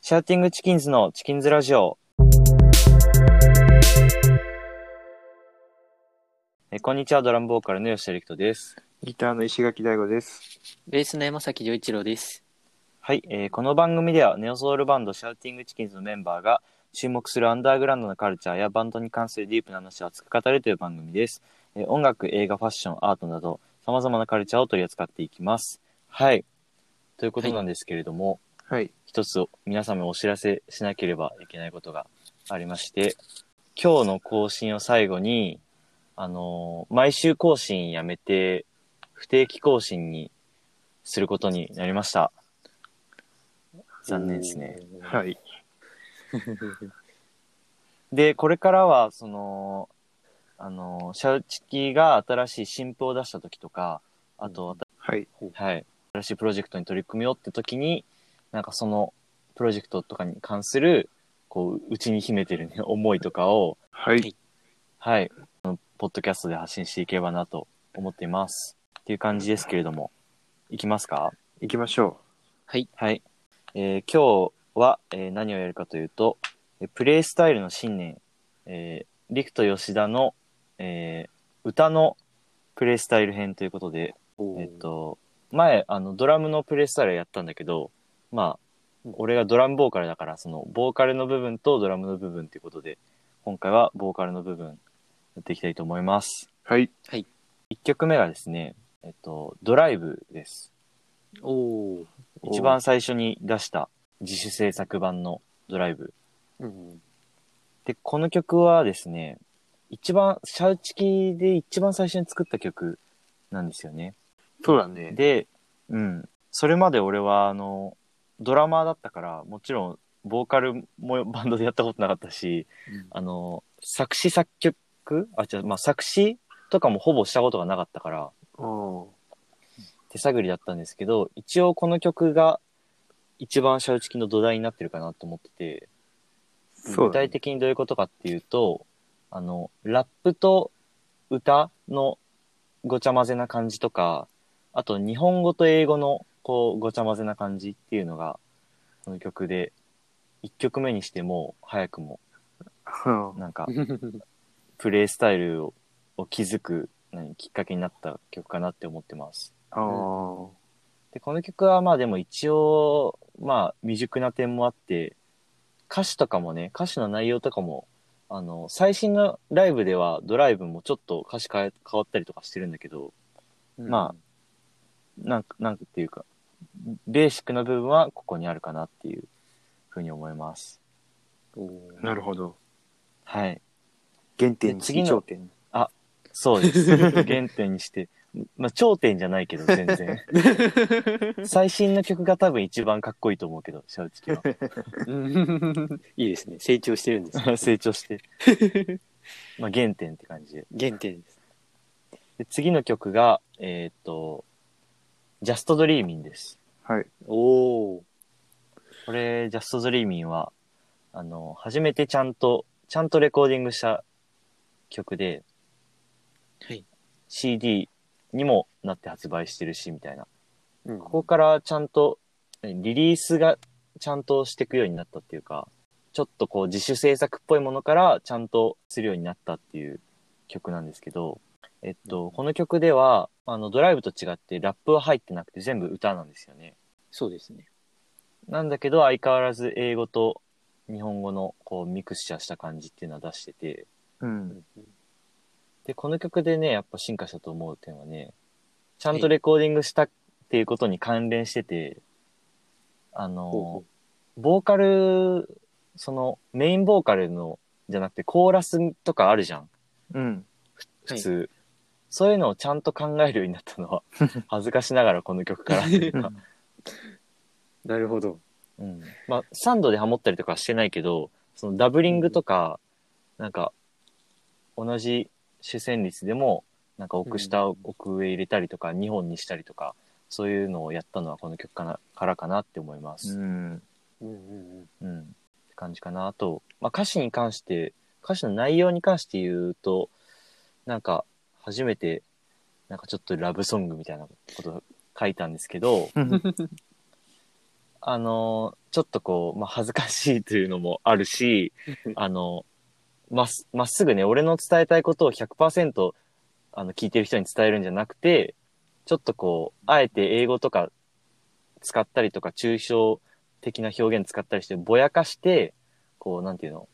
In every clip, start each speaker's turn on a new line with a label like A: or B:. A: シャウティングチキンズのチキンズラジオ。えこんにちは、ドラムボーカルの吉田陸人です。
B: ギターの石垣大吾です。
C: ベースの山崎丈一郎です。
A: はい、えーこの番組ではネオソウルバンドシャウティングチキンズのメンバーが注目するアンダーグラウンドのカルチャーやバンドに関するディープな話を熱く語るという番組です。えー音楽、映画、ファッション、アートなど様々なカルチャーを取り扱っていきます。はい。ということなんですけれども、
B: はい。
A: 一つ皆様にお知らせしなければいけないことがありまして、今日の更新を最後に、あのー毎週更新やめて、不定期更新にすることになりました。残念ですね。
B: はい。
A: で、これからは、その、あのーシャウチキが新しい新譜を出した時とか、あと、
B: はい。
A: はい、新しいプロジェクトに取り組みようって時になんかそのプロジェクトとかに関するこううちに秘めてる、ね、 思いとかを、
B: はい。
A: はい、あのポッドキャストで発信していければなと思っていますっていう感じですけれどもいきますか
B: 行きましょ
A: はい、えー今日は、えー何をやるかというとえープレイスタイルの信念、えー、リクと吉田の、えー歌のプレイスタイル編ということでえっと、前、あの、ドラムのプレイスタイルやったんだけど、まあ、俺がドラムボーカルだから、その、ボーカルの部分とドラムの部分ということで、今回はボーカルの部分、やっていきたいと思います。
B: う。はい。
A: 1曲目がですね、えっと、ドライブです。
C: おお。
A: 一番最初に出した自主制作版のドライブ。
C: うん。
A: で、この曲はですね、一番、シャウチキで一番最初に作った曲なんですよね。
B: そうだね。
A: で、うん、それまで俺はあのドラマーだったからもちろんボーカルもバンドでやったことなかったしあの作詞作曲あ違う、まあ、作詞とかもほぼしたことがなかったから
B: おー
A: 手探りだったんですけど一応この曲が一番シャウチキの土台になってるかなと思ってて
B: そう
A: 具
B: だね
A: 体的にどういうことかっていうとあのラップと歌のごちゃ混ぜな感じとかあと日本語と英語のこうごちゃ混ぜな感じっていうのがこの曲で1曲目にしてもう早くも
B: うん
A: なんかプレイスタイルをを築く何きっかけになった曲かなって思ってます。
B: お
A: でこの曲はまあでも一応まあ未熟な点もあって歌詞とかもね歌詞の内容とかもあの最新のライブではドライブもちょっと歌詞変え変わったりとかしてるんだけどまなんかなんていうかベーシックな部分はここにあるかなっていうふうに思います
B: ーなるほど。
A: はい
B: 原点
A: で次の
B: 頂点。
A: そうです原点にしてまあ頂点じゃないけど全然最新の曲が多分一番かっこいいと思うけどシャウチキは
C: うん。 いいですね。成長してるんです。
A: 成長してまあ原点って感じで
C: 原点です。
A: で次の曲がえーっと「Just Dreaming」です
B: はい。
C: おお。
A: これ「Just Dreaming は」あの初めてちゃんとちゃんとレコーディングした曲で
C: はい
A: CD にもなって発売してるしみたいな
C: うん
A: ここからちゃんとえリリースがちゃんとしていくようになったっていうかちょっとこう自主制作っぽいものからちゃんとするようになったっていう曲なんですけど、えっと、この曲ではあのドライブと違ってラップは入ってなくて全部歌なんですよね。
C: そうですね。
A: なんだけど相変わらず英語と日本語のこうミクスチャーした感じっていうのは出してて、
B: うん。
A: で、この曲でね、やっぱ進化したと思う点はね、ちゃんとレコーディングしたっていうことに関連してて、あ
C: ほう
A: の
C: ほ、
A: ボーカル、そのメインボーカルの、じゃなくてコーラスとかあるじゃん、
B: うん。
A: 普通。そういうのをちゃんと考えるようになったのは、恥ずかしながらこの曲からっていうか。
C: なるほど。
A: うん、まあサンドでハモったりとかはしてないけどそのダブリングとか、なんか同じ主旋律でもなんか奥下、奥上入れたりとか2本にしたりとかそういうのをやったのはこの曲かなからかなって思いま
B: う
A: す。
B: ん。
C: うんうんうん。
A: うんって感じかなあと、まあ、歌詞に関して歌詞の内容に関して言うとなんか初めて なんかちょっとラブソングみたいなこと書いたんですけどあのーちょっとこう、まあ、恥ずかしいというのもあるし、あのまっす、まっすぐね、俺の伝えたいことを100%、あの、聞いてる人に伝えるんじゃなくて、ちょっとこう、あえて英語とか使ったりとか、抽象的な表現使ったりして、ぼやかして、こう、なんていうの、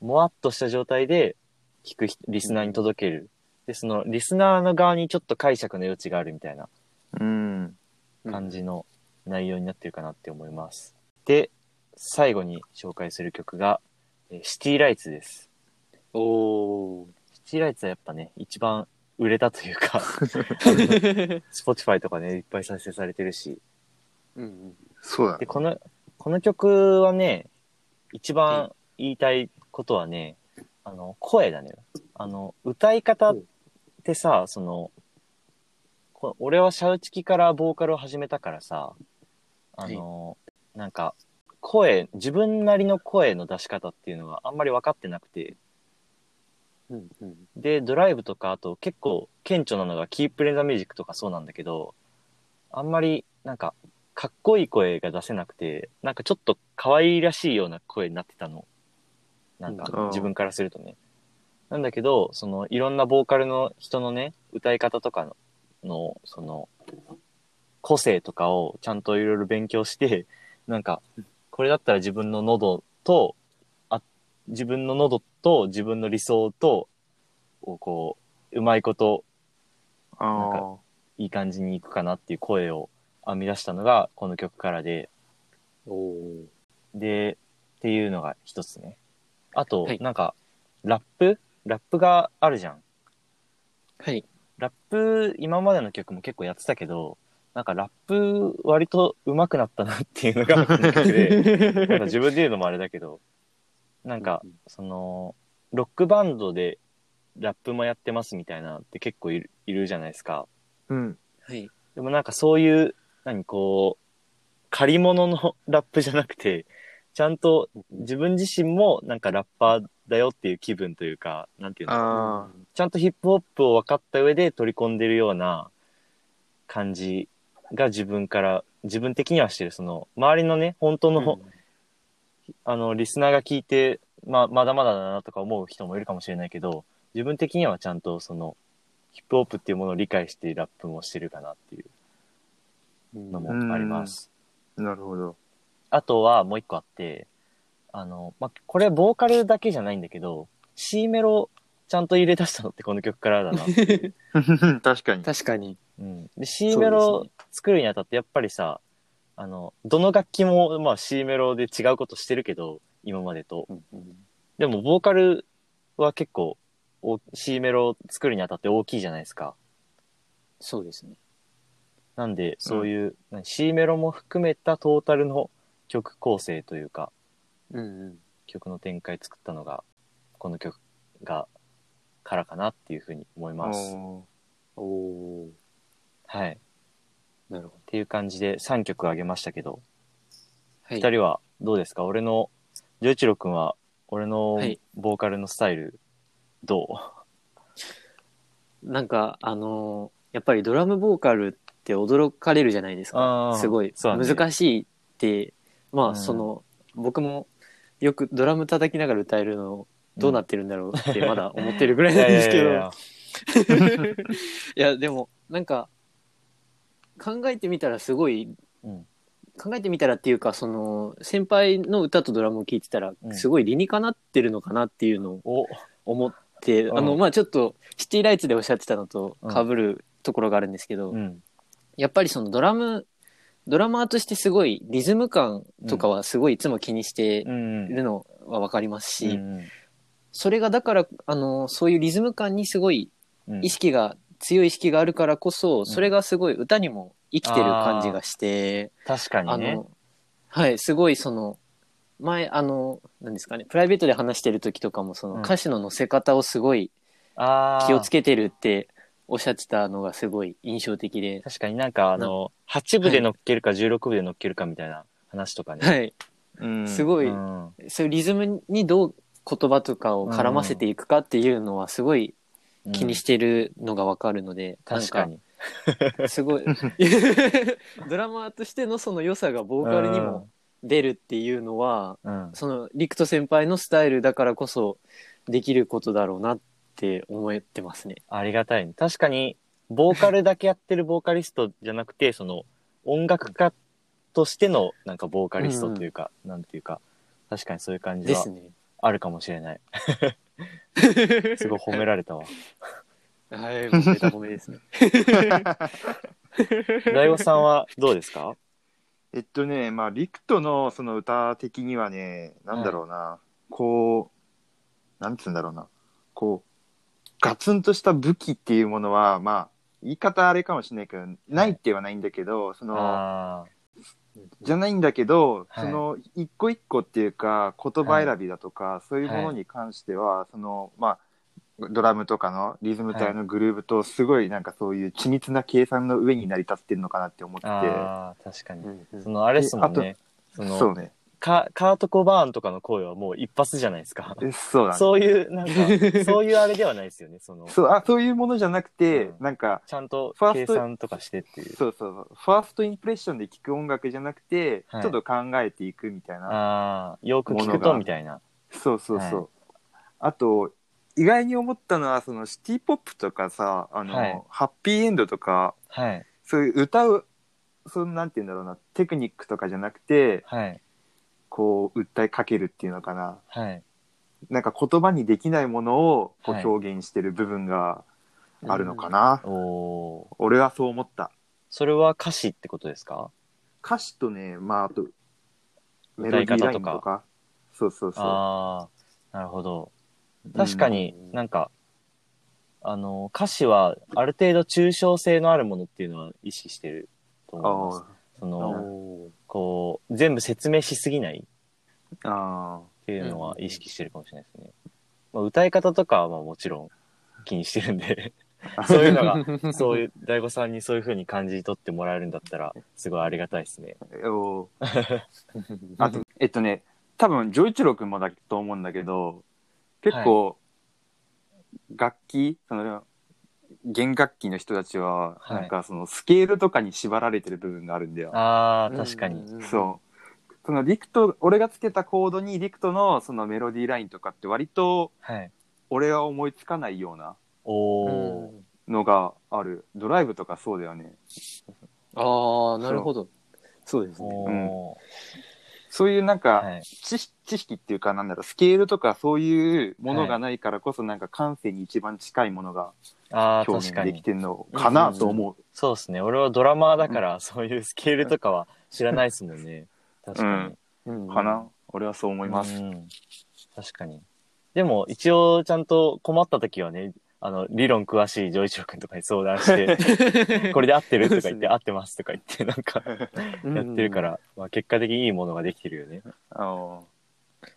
A: もわっとした状態で聞くひリスナーに届ける。で、その、リスナーの側にちょっと解釈の余地があるみたいな。
B: うん。
A: 感じの内容になってるかなって思います。で、最後に紹介する曲が、えーシティライツです。
C: おー。
A: シティライツはやっぱね、一番売れたという か、Spotify とかね、いっぱい再生されてるし。
C: うん
B: そうだ
A: で、。この、この曲はね、一番言いたいことはね、あの、声だね。あの、歌い方ってさ、その、こ俺はシャウチキからボーカルを始めたからさ、あの、なんか、声、自分なりの声の出し方っていうのがあんまり分かってなくて、
C: うんうん
A: で、ドライブとか、あと結構顕著なのが、キープレザミュージックとかそうなんだけど、あんまり、なんか、かっこいい声が出せなくて、なんかちょっと可愛らしいような声になってたの。なんか
B: うん、
A: 自分からするとね。なんだけど、その、いろんなボーカルの人のね、歌い方とかの、のその、個性とかをちゃんといろいろ勉強して、なんか、これだったら自分の喉と、あ、自分の喉と自分の理想とをこう、うまいこと、
B: ああ。
A: いい感じにいくかなっていう声を編み出したのが、この曲からで、
C: おー。
A: で、っていうのが一つね。あと、
C: はい
A: なんか、ラップラップがあるじゃん。
C: はい。
A: ラップ、今までの曲も結構やってたけど、なんかラップ割と上手くなったなっていうの が、この曲で、なんか自分で言うのもあれだけど、なんか、その、ロックバンドでラップもやってますみたいなって結構いるいるじゃないですか。
B: うん。
C: はい。
A: でもなんかそういう、何こう、借り物のラップじゃなくて、ちゃんと自分自身もなんかラッパーだよっていう気分というか、なんていうの
B: あ
A: ちゃんとヒップホップを分かった上で取り込んでるような感じが自分から、自分的にはしてる。その、周りのね、本当の、あの、リスナーが聞いて、まあ、まだまだだなとか思う人もいるかもしれないけど、自分的にはちゃんとその、ヒップホップっていうものを理解してラップもしてるかなっていう
C: うん
A: のもあります。
B: あ。なるほど。
A: あとはもう一個あって、あの、まあ、これボーカルだけじゃないんだけど、C メロちゃんと入れ出したのってこの曲からだな。
B: 確かに。
C: 確かに。
A: うん、で C メロ作るにあたってやっぱりさ、あの、どの楽器もまあ C メロで違うことしてるけど、今までと。
C: うんうん
A: でも、ボーカルは結構、お C メロ作るにあたって大きいじゃないですか。
C: そうですね。
A: なんで、そういう、何 C メロも含めたトータルの曲構成というか、
C: うんうん。
A: 曲の展開作ったのが、この曲が、からかなっていうふうに思います。
B: お
C: おー。
A: はい。っ
C: なるほど。
A: ていう感じで3曲あげましたけど、
C: は
A: 二、人はどうですか俺の、ジョイチロ君は、俺の
C: はい
A: ボーカルのスタイル、どう、
C: なんかあのーやっぱりドラムボーカルって驚かれるじゃないです
A: あ
C: か
A: ー
C: すごい
A: そうだね
C: 難しいってまあ、
A: うん
C: その僕もよくドラム叩きながら歌えるの どうなってるんだろうってまだ思ってるぐらい
A: い
C: なん
A: やい
C: です
A: やい
C: けど
A: やいや
C: いやでもなんか考えてみたらすごい、
A: うん
C: 考えてみたらっていうかその先輩の歌とドラムを聴いてたら
A: うん
C: すごい理にかなってるのかなっていうのを
A: お、
C: 思って、
A: うん
C: あのまあちょっとシティライツでおっしゃってたのと
A: うん
C: 被るところがあるんですけど、
A: うん。
C: やっぱりそのドラムドラマーとしてすごいリズム感とかはすごいいつも気にして
A: うん。
C: いるのは分かりますし、
A: うん
C: それがだからあのそういうリズム感にすごい
A: うん
C: 意識が、強い意識があるからこそそれがすごい歌にも生きてる感じがして、
A: 確か
C: あ
A: にね。
C: のはいすごいその前あの何ですかねプライベートで話してる時とかもそ
A: うん
C: の歌詞の載せ方をすごい
A: あ
C: 気をつ
A: け
C: けてるっておっしゃってたのがすごい印象的で、
A: 確かになんかあの、8部で乗っけるか16部で乗っけるかみたいな話とかね。
C: はい、
B: うん
C: すごい、
A: うん
C: そういうリズムにどう言葉とかを絡ませていくかっていうのはすごい気にしてるのがわかるので、
A: 確か
C: なん
A: に。
C: すごいドラマーとしてのその良さがボーカルにも出るっていうのは
A: うん。
C: その陸斗先輩のスタイルだからこそできることだろうなって思ってますね。
A: ありがたい、ね。確かに、ボーカルだけやってるボーカリストじゃなくて、その、音楽家としての、なんか、ボーカリストというか、なんていうか、確かにそういう感じ
C: で
A: は
C: すね。
A: あるかもしれ ない。すごい褒められたわ。
C: はい、もうベタ褒めですね。
A: 大悟さんはどうですか
B: えっとね、まあ、リクトのその歌的にはね、なんだろうな、こう、なんつうんだろうな、こう、ガツンとした武器っていうものは、まあ、言い方あれかもしれないけど、ないってはないんだけど、その、
A: あ
B: じゃないんだけど、
A: はい
B: その、一個一個っていうか、言葉選びだとか、そういうものに関しては、その、まあ、ドラムとかのリズム体のグルーブと、すごいなんかそういう緻密な計算の上に成り立ってるのかなって思って
A: あ。、ああ、確かに。
C: うんうん
A: その、あれっすもん
B: え
A: ね。その
B: そうね。
A: カ、カート・コバーンとかの声はもう一発じゃないですか。
B: えそうだね。
A: そういう、なんか、そういうあれではないですよね。その、
B: そう、あ、そういうものじゃなく
A: う
B: て、
A: ん
B: なんか、
A: ちゃんと
B: ファー
A: 計
B: スト
A: 算とかしてっていう。
B: そうそうそう、ファーストインプレッションで聞く音楽じゃなくて、
A: はい
B: ちょっと考えていくみたいな。
A: ああ、よく聞
B: も
A: く
B: の
A: と
B: が
A: みたいな。
B: そうそうそう。あと、意外に思ったのは、そのシティポップとかさ、あの、
A: はい
B: ハッピーエンドとか、
A: はい。
B: そういう歌う、そのなんて言うんだろうな、テクニックとかじゃなくて、
A: はい。
B: こう、訴えかけるっていうのかな。
A: はい。
B: なんか言葉にできないものをこ
A: はいう
B: 表現してる部分があるの かな。
A: おおー。
B: 俺はそう思った。
A: それは歌詞ってことですか
B: 歌詞とね、まあ、あと、メ
A: 歌
B: ロ
A: い
B: ディー
A: 方
B: ライ
A: と
B: ン
A: か。
B: とか。そうそうそ
A: ああ、なるほど。
B: う。
A: 確かになんか、あの、歌詞はある程度抽象性のあるものっていうのは意識してると
B: うん。あ
A: 思います。その、
C: おー
A: こう、全部説明しすぎない
B: あ。あ
A: っていうのは意識してるかもしれないですね。まあ、歌い方とかはまあもちろん気にしてるん で、
B: あ。
A: そういうのが、そういう、大悟さんにそういう風に感じ取ってもらえるんだったら、すごいありがたいですね。
B: おーあと、えっとね、多分、ジョイチロ君もだと思うんだけど、結構、楽器、その、弦楽器の人たちは、
A: はい
B: なんかその、スケールとかに縛られてる部分があるんだよ。
A: ああ、確かに。。
B: そう。その、リクト、俺がつけたコードにリクトのそのメロディーラインとかって割と、
A: はい。
B: 俺は思いつかないような
A: お
C: うん
A: ー。
B: のがある。ドライブとかそうだよね。
C: ああ、なるほど。そうですね。
A: お
B: そういうなんか、
A: ー。はい。
B: 知識知識っていうかなんだろうスケールとかそういうものがないからこそなんか感性に一番近いものが
A: ああ、
B: 表
A: 確
B: 現
A: か
B: でき
A: に。
B: てるのかなと思う。
A: そうですね。俺はドラマーだから、そういうスケールとかは知らないですもんね。確かに。
C: うん
B: か な、。俺はそう思いま
A: う
B: す。
A: ん。確かに。でも、一応、ちゃんと困った時はね、あの、理論詳しい上一郎くんとかに相談 して、これで合ってるとか
C: そ
A: 言
C: う
A: っ
C: っす
A: て、
C: ね
A: 合ってますとか言って、なんか、やってるか
C: うん。
A: ら、まあ、結果的にいいものができてるよね。
B: あの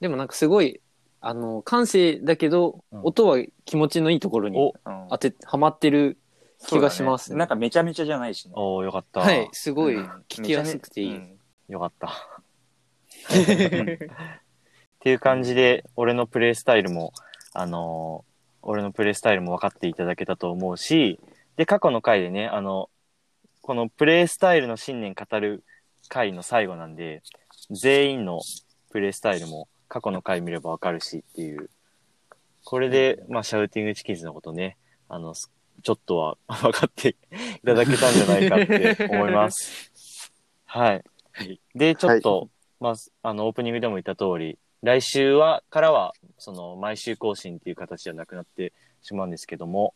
C: でもなんかすごい、あの、感性だけど、
A: うん
C: 音は気持ちのいいところに
A: お、
B: うん
C: 当て、はまってる。
B: そうだね
C: 気がしますね
B: なんかめちゃめちゃじゃないしね。
A: おー、よかった。
C: はい、すごい
B: うん
C: 聞きやすくていい。
B: うん
A: よかった。っていう感じで、俺のプレイスタイルも、あのー俺のプレイスタイルも分かっていただけたと思うし、で、過去の回でね、あの、このプレイスタイルの信念語る回の最後なんで、全員のプレイスタイルも過去の回見れば分かるしっていう。これで、まあ、シャウティングチキンズのことね、あの、すちょっとは 分かっていただけたんじゃないかって思います。 はい。で、ちょっと、まあ、あの、オープニングでも言った通り、来週は、からは、その、毎週更新っていう形じゃなくなってしまうんですけども、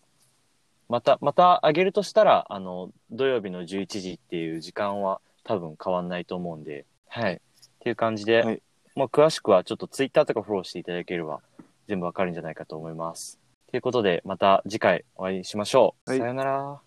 A: また、また上げるとしたら、あの、土曜日の11時っていう時間は多分変わんないと思うんで、はい。っていう感じで、
B: はい
A: もう詳しくはちょっとツイッターとかフォローしていただければ全部わかるんじゃないかと思います。ということで、また次回お会いしましょう。
B: はい
A: さよなら。